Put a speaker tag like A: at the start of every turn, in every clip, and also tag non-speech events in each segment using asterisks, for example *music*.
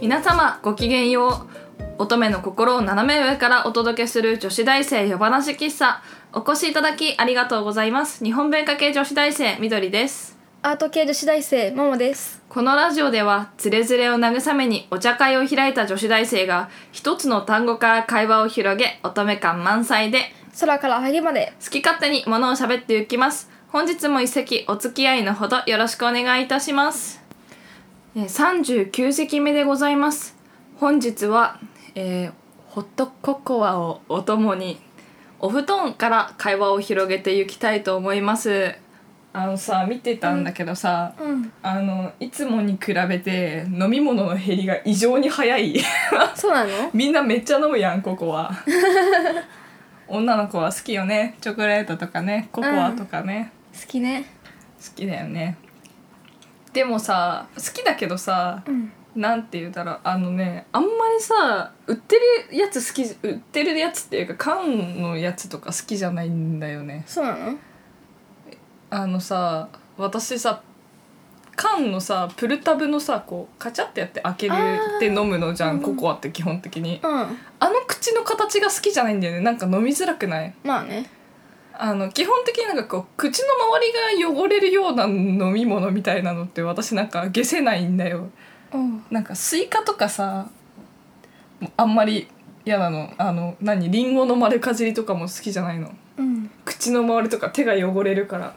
A: 皆様ごきげんよう乙女の心を斜め上からお届けする女子大生夜話喫茶お越しいただきありがとうございます日本文化系女子大生みどりです
B: アート系女子大生ももです
A: このラジオではつれづれを慰めにお茶会を開いた女子大生が一つの単語から会話を広げ乙女感満載で
B: 空から萩まで
A: 好き勝手にものを喋っていきます本日も一席お付き合いのほどよろしくお願いいたしますえー39席目でございます本日は、えーホットココアをお供にお布団から会話を広げていきたいと思いますあのさ見てたんだけどさ、
B: うん
A: あのいつもに比べて飲み物の減りが異常に早い
B: そうなの
A: みんなめっちゃ飲むやんここは女の子は好きよねチョコレートとかねココアとかね、
B: 好きね
A: 好きだよねでもさ好きだけどさ
B: うん
A: なんて言うたらあのねあんまりさ売ってるやつ好き売ってるやつっていうか缶のやつとか好きじゃないんだよね
B: そうなの
A: あのさ私さ缶のさプルタブのさこうカチャってやって開けるって飲むのじゃんココアって基本的に
B: うん
A: あの口の形が好きじゃないんだよねなんか飲みづらくない
B: まあね
A: あの基本的になんかこう口の周りが汚れるような飲み物みたいなのって私なんか下せないんだよ
B: うん
A: なんかスイカとかさあんまり嫌なのあの何リンゴの丸かじりとかも好きじゃないの
B: うん
A: 口の周りとか手が汚れるから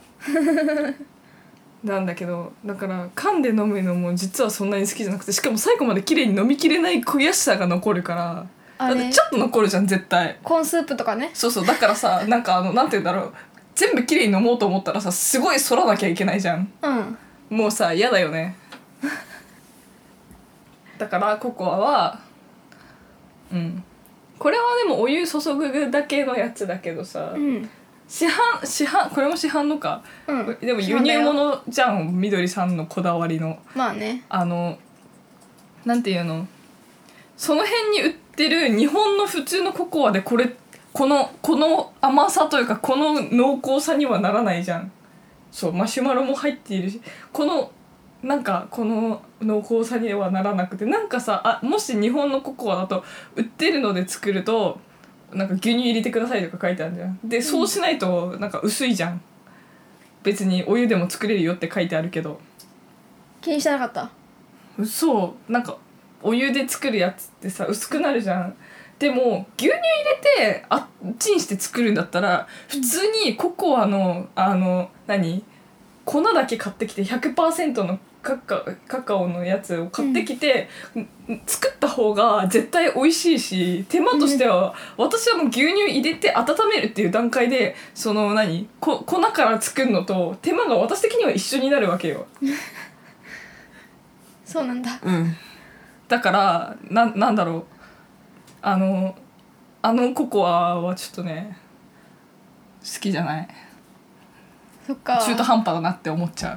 B: *laughs*
A: なんだけどだから噛んで飲むのも実はそんなに好きじゃなくてしかも最後まで綺麗に飲みきれない悔しさが残るからだ
B: あ
A: って
B: れ
A: ちょっと残るじゃん絶対
B: コーンスープとかね
A: そうそうだからさなんかあのなんて言うんだろう全部綺麗に飲もうと思ったらさすごい反らなきゃいけないじゃん
B: うん
A: もうさ嫌だよね *laughs* だからココアはうんこれはでもお湯注ぐだけのやつだけどさ、
B: うん
A: 市販市販これも市販のか、
B: うん
A: でも輸入物じゃんみどりさんのこだわりの
B: まあね
A: あのなんていうのその辺に売ってる日本の普通のココアでこれこのこの甘さというかこの濃厚さにはならないじゃんそうマシュマロも入っているしこのなんかこの濃厚さにはならなくてなんかさあもし日本のココアだと売ってるので作るとなんか牛乳入れてくださいとか書いてあるじゃんでそうしないとなんか薄いじゃん別にお湯でも作れるよって書いてあるけど
B: 気にしてなかった
A: 嘘なんかお湯で作るやつってさ薄くなるじゃんでも牛乳入れてあっチンして作るんだったら普通にココアのあの何粉だけ買ってきて100%のカカカカオのやつを買ってきて、ん作った方が絶対美味しいし手間としては、私はもう牛乳入れて温めるっていう段階でその何こ粉から作るのと手間が私的には一緒になるわけよ。
B: そうなんだ
A: うん、だからななんだろうあのあのココアはちょっとね好きじゃない
B: そっか
A: 中途半端だなって思っちゃ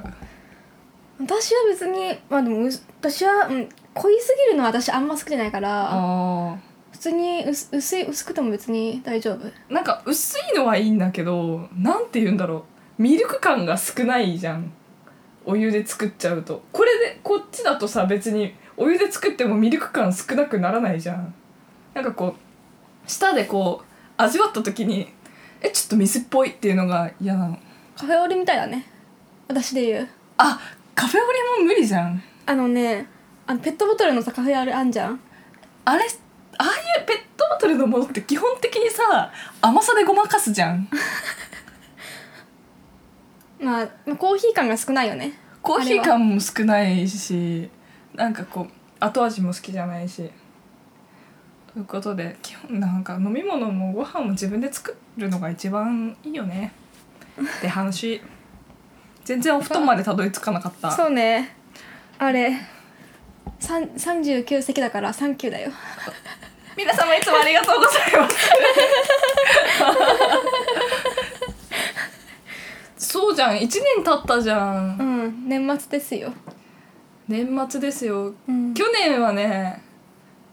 A: う
B: 私は別にまあでもうす私は、うん、濃いすぎるのは私あんま好きじゃないから
A: あ
B: 普通に薄薄い薄くても別に大丈夫
A: ーなんか薄いのはいいんだけどなんて言うんだろうミルク感が少ないじゃんお湯で作っちゃうとこれでこっちだとさ別にお湯で作ってもミルク感少なくならないじゃんなんかこう舌でこう味わった時にえちょっと水っぽいっていうのが嫌なの
B: カフェオレみたいだね私で言う
A: あカフェオレも無理じゃん
B: あのねあのペットボトルのさカフェオレあんじゃん
A: あれああいうペットボトルのものって基本的にさ甘さでごまかすじゃん
B: まあ、まあコーヒー感が少ないよね
A: コーヒー感も少ないしなんかこう後味も好きじゃないしということで基本なんか飲み物もご飯も自分で作るのが一番いいよねって話全然お布団までたどり着かなかった
B: そうねあれさん39席だから3級だよ
A: 皆様いつもありがとうございますそうじゃん1年経ったじゃん
B: うん年末ですよ
A: 年末ですよ
B: うん
A: 去年はね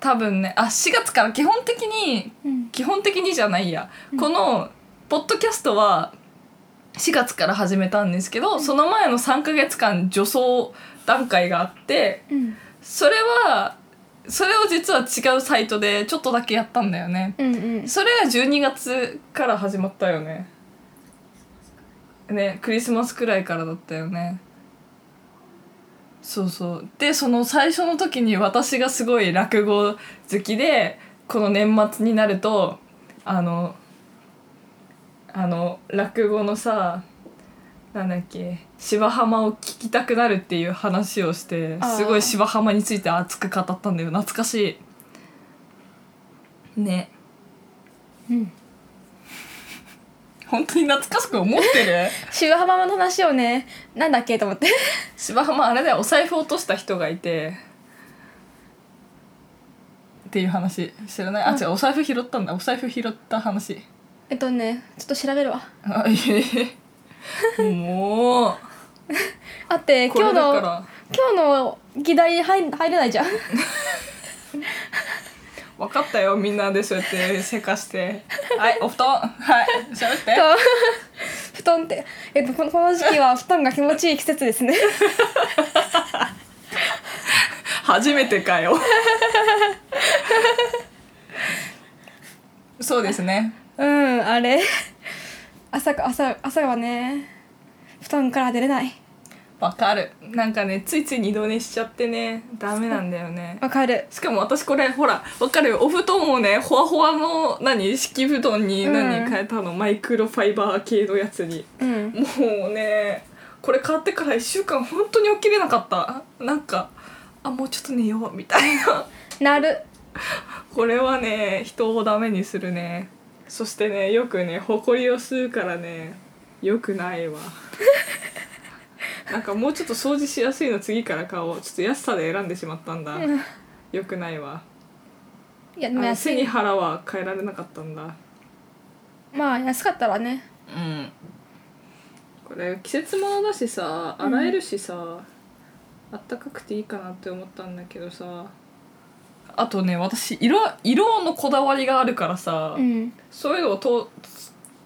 A: 多分ねあ4月から基本的に
B: うん
A: 基本的にじゃないや、このポッドキャストは4月から始めたんですけど、その前の3ヶ月間助走段階があって
B: うん
A: それはそれを実は違うサイトでちょっとだけやったんだよね
B: うんうん
A: それが12月から始まったよねねクリスマスくらいからだったよねそうそうでその最初の時に私がすごい落語好きでこの年末になるとあのあの落語のさなんだっけ芝浜を聞きたくなるっていう話をして
B: あー
A: すごい芝浜について熱く語ったんだよ懐かしいね
B: うん
A: 本当に懐かしく思ってる
B: 芝浜の話をねなんだっけと思って
A: *laughs*
B: *laughs*
A: 芝浜あれだよお財布落とした人がいてっていう話知らないあ違うお財布拾ったんだお財布拾った話 *laughs*
B: えっとねちょっと調べるわ
A: あいえも
B: あって
A: う
B: 今日の
A: だか
B: 今
A: ら
B: 日の議題に入入れないじゃん *laughs*
A: 分かったよみんなでそうや
B: *laughs*
A: ってせかしてはいお布団はい喋って
B: そう布団って、えっと、このこの時期は布団が気持ちいい季節ですね
A: 初めてか
B: *laughs*
A: よそうですね
B: うんあれ *laughs* 朝か朝朝はね布団から出れない
A: わかるなんかねついつい二度寝しちゃってねダメなんだよね
B: わかる
A: しかも私これほらわかるよお布団をねほわほわの何敷布団に何
B: うん
A: 変えたの、マイクロファイバー系のやつに
B: うん
A: もうねこれ買ってから1週間本当に起きれなかったなんかあもうちょっと寝ようみたいな
B: なる
A: これはね人をダメにするねそしてねよくね埃を吸うからねよくない
B: *laughs*
A: わなんかもうちょっと掃除しやすいの次から買おうちょっと安さで選んでしまったんだ、
B: うん
A: よくないわ
B: いや
A: あ
B: でも
A: の
B: 安
A: 背に
B: い
A: 腹は変えられなかったんだ
B: まあ安かったらね
A: うんこれ季節物だしさ洗えるしさ、あったかくていいかなって思ったんだけどさあとね私色色のこだわりがあるからさ、
B: うん
A: そういうのをと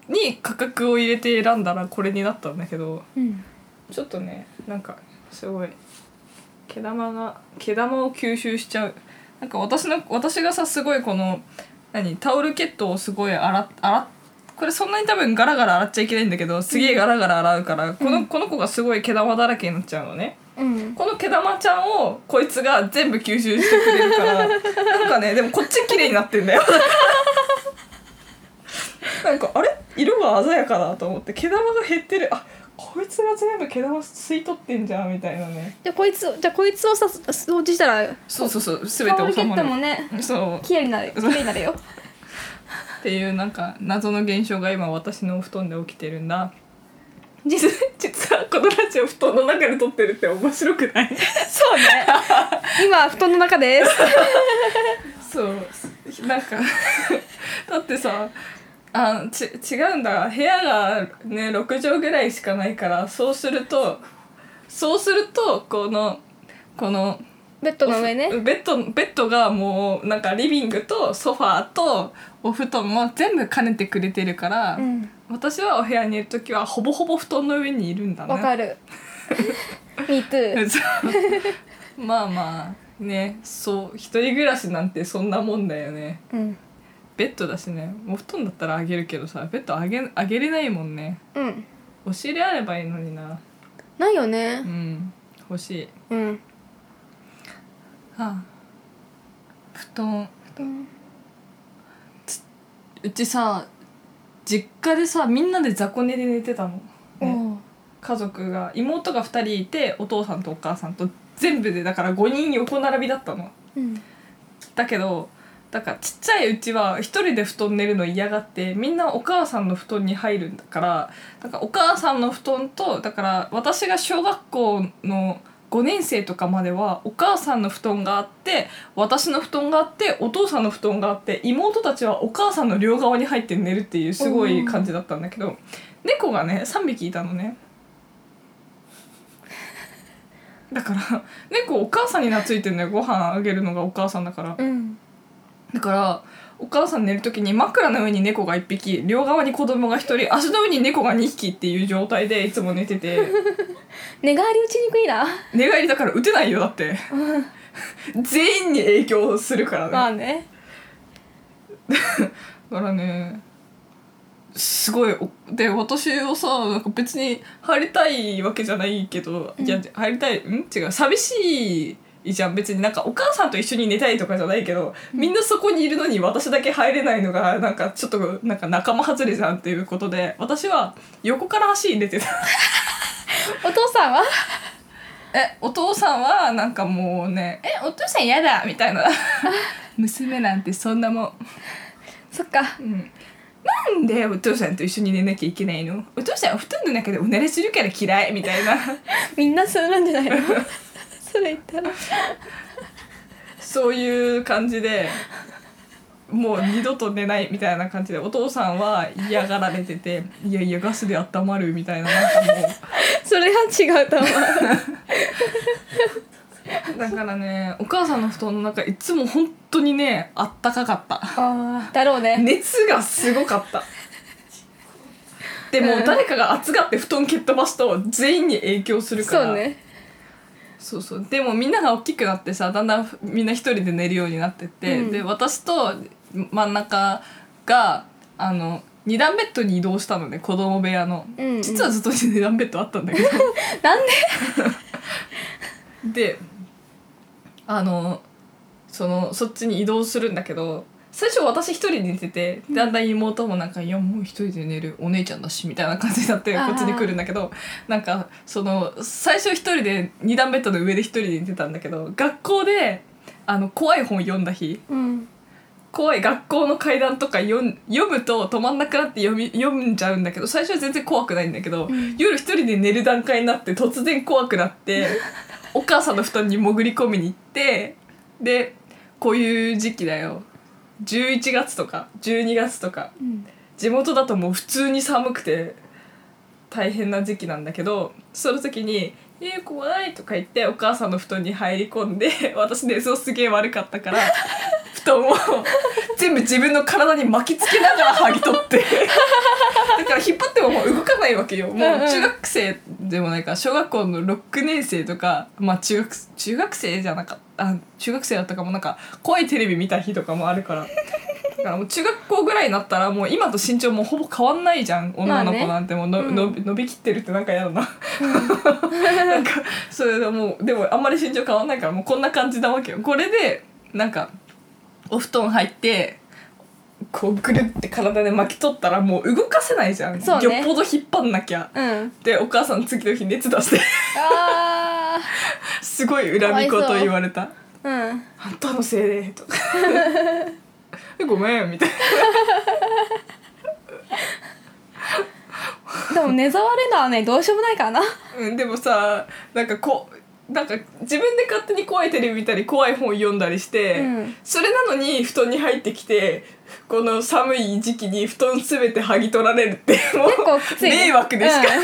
A: に価格を入れて選んだらこれになったんだけど
B: うん
A: ちょっとねなんかすごい毛玉が毛玉を吸収しちゃうなんか私の私がさすごいこの何タオルケットをすごい洗っ洗っこれそんなに多分ガラガラ洗っちゃいけないんだけどすげえガラガラ洗うから、このこの子がすごい毛玉だらけになっちゃうのね。
B: うん
A: この毛玉ちゃんをこいつが全部吸収してくれるからなんかねでもこっち綺麗になってんだ *laughs* よなんかあれ色が鮮やかだと思って毛玉が減ってるあこいつが全部毛玉吸い取ってんじゃんみたいなね
B: じゃあこいつじゃあこいつをさ掃除したら
A: そうそうそう全
B: タオ
A: て
B: ルケ
A: 収
B: ッ
A: ま
B: ト
A: る
B: もね
A: そう
B: 綺麗になる綺麗になるよ
A: っていうなんか謎の現象が今私のお布団で起きてるんだ実実はこのラジオ布団の中で撮ってるって面白くない
B: そうね今布団の中です
A: *laughs* そうなんか *laughs* だってさあち違うんだ部屋がね6畳ぐらいしかないからそうするとそうするとこのこの
B: ベッドの上ね
A: ベッドベッドがもうなんかリビングとソファーとお布団も全部兼ねてくれてるから、
B: うん
A: 私はお部屋にいる時はほぼほぼ布団の上にいるんだね。
B: わ
A: *laughs*
B: かる Me too
A: そうまあまあねそう一人暮らしなんてそんなもんだよね。
B: うん
A: ベッドだしねお布団だったらあげるけどさベッドあげあげれないもんね
B: うん
A: 押し入れあればいいのにな
B: ないよ
A: う
B: ね
A: ん欲しい
B: うん
A: ああ布団
B: うん
A: うちさ実家でさみんなで雑魚寝で寝てたの、ね、
B: おう
A: 家族が妹が2人いてお父さんとお母さんと全部でだから5人横並びだったの
B: うん
A: だけどだからちっちゃいうちは一人で布団寝るの嫌がってみんなお母さんの布団に入るんだからだからお母さんの布団とだから私が小学校の5年生とかまではお母さんの布団があって私の布団があってお父さんの布団があって妹たちはお母さんの両側に入って寝るっていうすごい感じだったんだけど猫がね3匹いたのね。だから猫お母さんに懐いてんのよご飯あげるのがお母さんだから。
B: うん
A: だからお母さん寝る時に枕の上に猫が1匹両側に子供が1人足の上に猫が2匹っていう状態でいつも寝てて
B: 寝返り打ちにくいな
A: 寝返りだから打てないよだって
B: うん
A: 全員に影響するからね、
B: まあね
A: だからねすごいおで私をさなんか別に入りたいわけじゃないけど、
B: うん
A: いや入りたいん違う寂しいじゃん別になんかお母さんと一緒に寝たいとかじゃないけど、みんなそこにいるのに私だけ入れないのがなんかちょっとなんか仲間外れじゃんっていうことで私は横から走り出てた
B: お父さんは
A: *laughs*
B: *laughs*
A: えお父さんはなんかもうね「えお父さん嫌だ」みたいな *laughs* 娘なんてそんなもん
B: そっか
A: うんなんでお父さんと一緒に寝なきゃいけないのお父さんはお布団の中でおならするから嫌いみたいな
B: *laughs* みんなそうなんじゃな
A: *laughs*
B: いのそれ言ったら
A: そういう感じでもう二度と寝ないみたいな感じでお父さんは嫌がられてていやいやガスで温まるみたいななんかも
B: それは違うと思う
A: うだからねお母さんの布団の中いつも本当にねあったかかった
B: あだろうね
A: 熱がすごかったでも誰かが熱がって布団蹴っ飛ばすと全員に影響するから
B: そうね
A: そうそうでもみんなが大きくなってさだんだんみんな一人で寝るようになってって、
B: うん
A: で私と真ん中があの二段ベッドに移動したのね子供部屋の、
B: うんうん
A: 実はずっと二段ベッドあったんだけど
B: なんで
A: であのそのそっちに移動するんだけど最初私一人で寝ててだんだん妹もなんか「いやもう一人で寝るお姉ちゃんだし」みたいな感じになってこ
B: あー
A: っちに来るんだけどなんかその最初一人で二段ベッドの上で一人で寝てたんだけど学校であの怖い本読んだ日
B: うん
A: 怖い学校の階段とか読ん読むと止まんなくなって読み読んじゃうんだけど最初は全然怖くないんだけど、
B: うん
A: 夜一人で寝る段階になって突然怖くなって
B: *laughs*
A: お母さんの布団に潜り込みに行ってでこういう時期だよ11月とか12月とか
B: うん
A: 地元だともう普通に寒くて大変な時期なんだけどその時に「えー、怖い」とか言ってお母さんの布団に入り込んで *laughs* 私寝相すげえ悪かったから布団を全部自分の体に巻きつけながら剥ぎ取って
B: *laughs*
A: だから引っ張ってももう動かないわけよもう
B: うんうん
A: 中学生でもないから小学校の6年生とかまあ中学中学生じゃなかったあ中学生だったかもなんか怖いテレビ見た日とかもあるから。だからもう中学校ぐらいになったらもう今と身長もうほぼ変わんないじゃん女の子なんてもうの、
B: まあね
A: の
B: う
A: 伸びきってるってなんか嫌だな *laughs* なんかそれでもうでもあんまり身長変わんないからもうこんな感じなわけよこれでなんかお布団入ってこうぐるって体で巻き取ったらもう動かせないじゃん、
B: そうね
A: よっぽど引っ張んなきゃ
B: うん
A: でお母さん次の日熱出して *laughs*
B: あ
A: すごい恨みこと言われた
B: ーうん
A: 「あんたのせいで」とか *laughs* 「ごめん」みたいな。
B: でも寝触れのはねどうしようもないからな
A: うん、でもさなんかこうなんか自分で勝手に怖いテレビ見たり怖い本読んだりして、
B: うん
A: それなのに布団に入ってきてこの寒い時期に布団すべて剥ぎ取られるってもう
B: 結構きついね
A: 迷惑でしか、
B: うん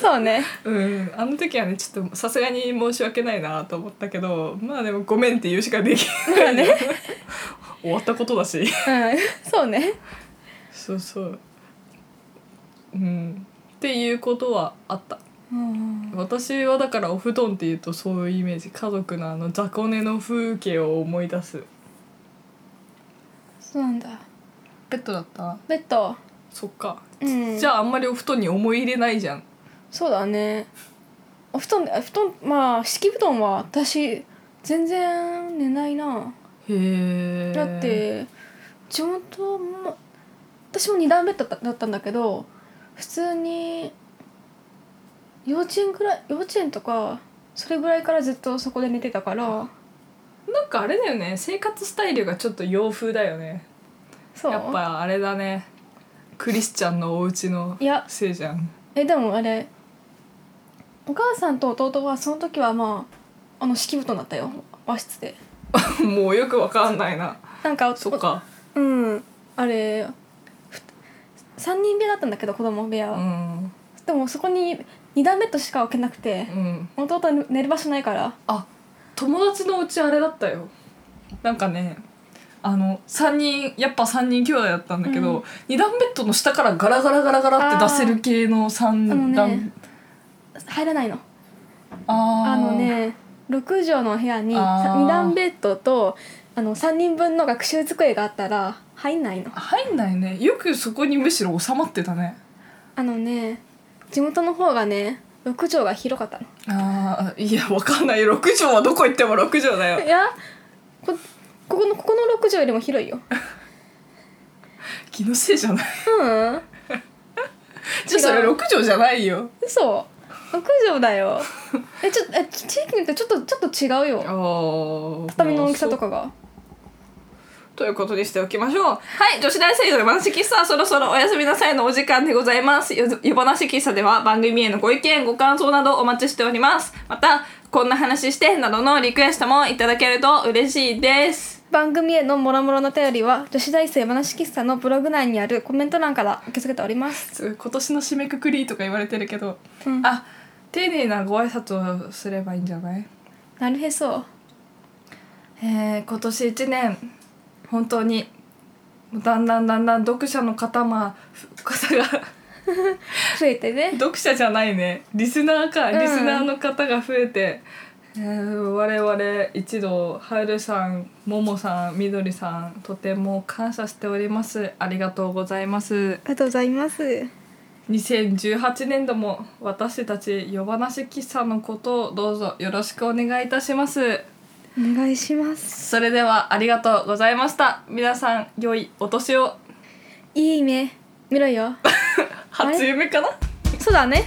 B: そうね
A: *laughs* うんあの時はねちょっとさすがに申し訳ないなと思ったけどまあでもごめんって言うしかできない、
B: まあ
A: *laughs* 終わったことだし
B: うんそうね
A: そうそううんっていうことはあった
B: うん
A: 私はだからお布団っていうとそういうイメージ家族のあの雑魚寝の風景を思い出す
B: そうなんだ
A: ベッドだった
B: ベッド
A: そっか、
B: うん
A: じゃああんまりお布団に思い入れないじゃん
B: そうだねお布団であ布団まあ敷布団は私全然寝ないな
A: へえ
B: だって地元も私も二段ベッドだったんだけど普通に幼稚園ぐらい幼稚園とかそれぐらいからずっとそこで寝てたから
A: なんかあれだよね生活スタイルがちょっと洋風だよね
B: そう
A: やっぱあれだねクリスチャンのお家の
B: いや
A: せいじゃん *laughs*
B: えでもあれお母さんと弟はその時はまああの敷布団だったよ和室で
A: もうよくわかんないな
B: なんか
A: そっか
B: うんあれ3人部屋だったんだけど子供部屋
A: う
B: は、
A: ん
B: でもそこに2段ベッドしか置けなくて
A: うん
B: 弟は寝る場所ないから
A: あ友達のうちあれだったよなんかねあの3人やっぱ3人兄弟だったんだけど、
B: うん
A: 二段ベッドの下からガラガラガラガラって出せる系の
B: あの
A: 3
B: ね
A: 段
B: 入らないの
A: あー
B: あのね6畳の部屋に
A: あー
B: さ二段ベッドとあの3人分の学習机があったら入んないの
A: 入んないねよくそこにむしろ収まってたね
B: あのね地元の方がね6畳が広かったの
A: ああいやわかんない6畳はどこ行っても6畳だよ
B: *laughs* いやこここのここの6畳よりも
A: *laughs*
B: 広いよ
A: 気のせいじゃない
B: うん
A: じゃあそれ6畳じゃないよ
B: 嘘6畳
A: *laughs*
B: だよえちょえち地域によってちょっとちょっと違うよ
A: あ
B: 畳の大きさとかが
A: ということにしておきましょうはい女子大生の夜話喫茶そろそろおやすみなさいのお時間でございますよ夜話喫茶では番組へのご意見ご感想などお待ちしておりますまたこんな話してなどのリクエストもいただけると嬉しいです
B: 番組へのもろもろの便りは女子大生話喫茶のブログ内にあるコメント欄から受け付けております
A: 今年の締めくくりとか言われてるけど、
B: うん
A: あ丁寧なご挨拶をすればいいんじゃない
B: なるへそ
A: えー今年1年本当にだんだんだんだん読者の方ま方が
B: 増えてね
A: 読者じゃないねリスナーか、
B: うん
A: リスナーの方が増えて、えー我々一同はるさんももさんみどりさんとても感謝しておりますありがとうございます
B: ありがとうございます
A: 2018年度も私たち夜話喫茶のことをどうぞよろしくお願いいたします
B: お願いします
A: それではありがとうございました皆さん良いお年を
B: い
A: *laughs*
B: いね見ろよ
A: 初夢かな
B: そうだね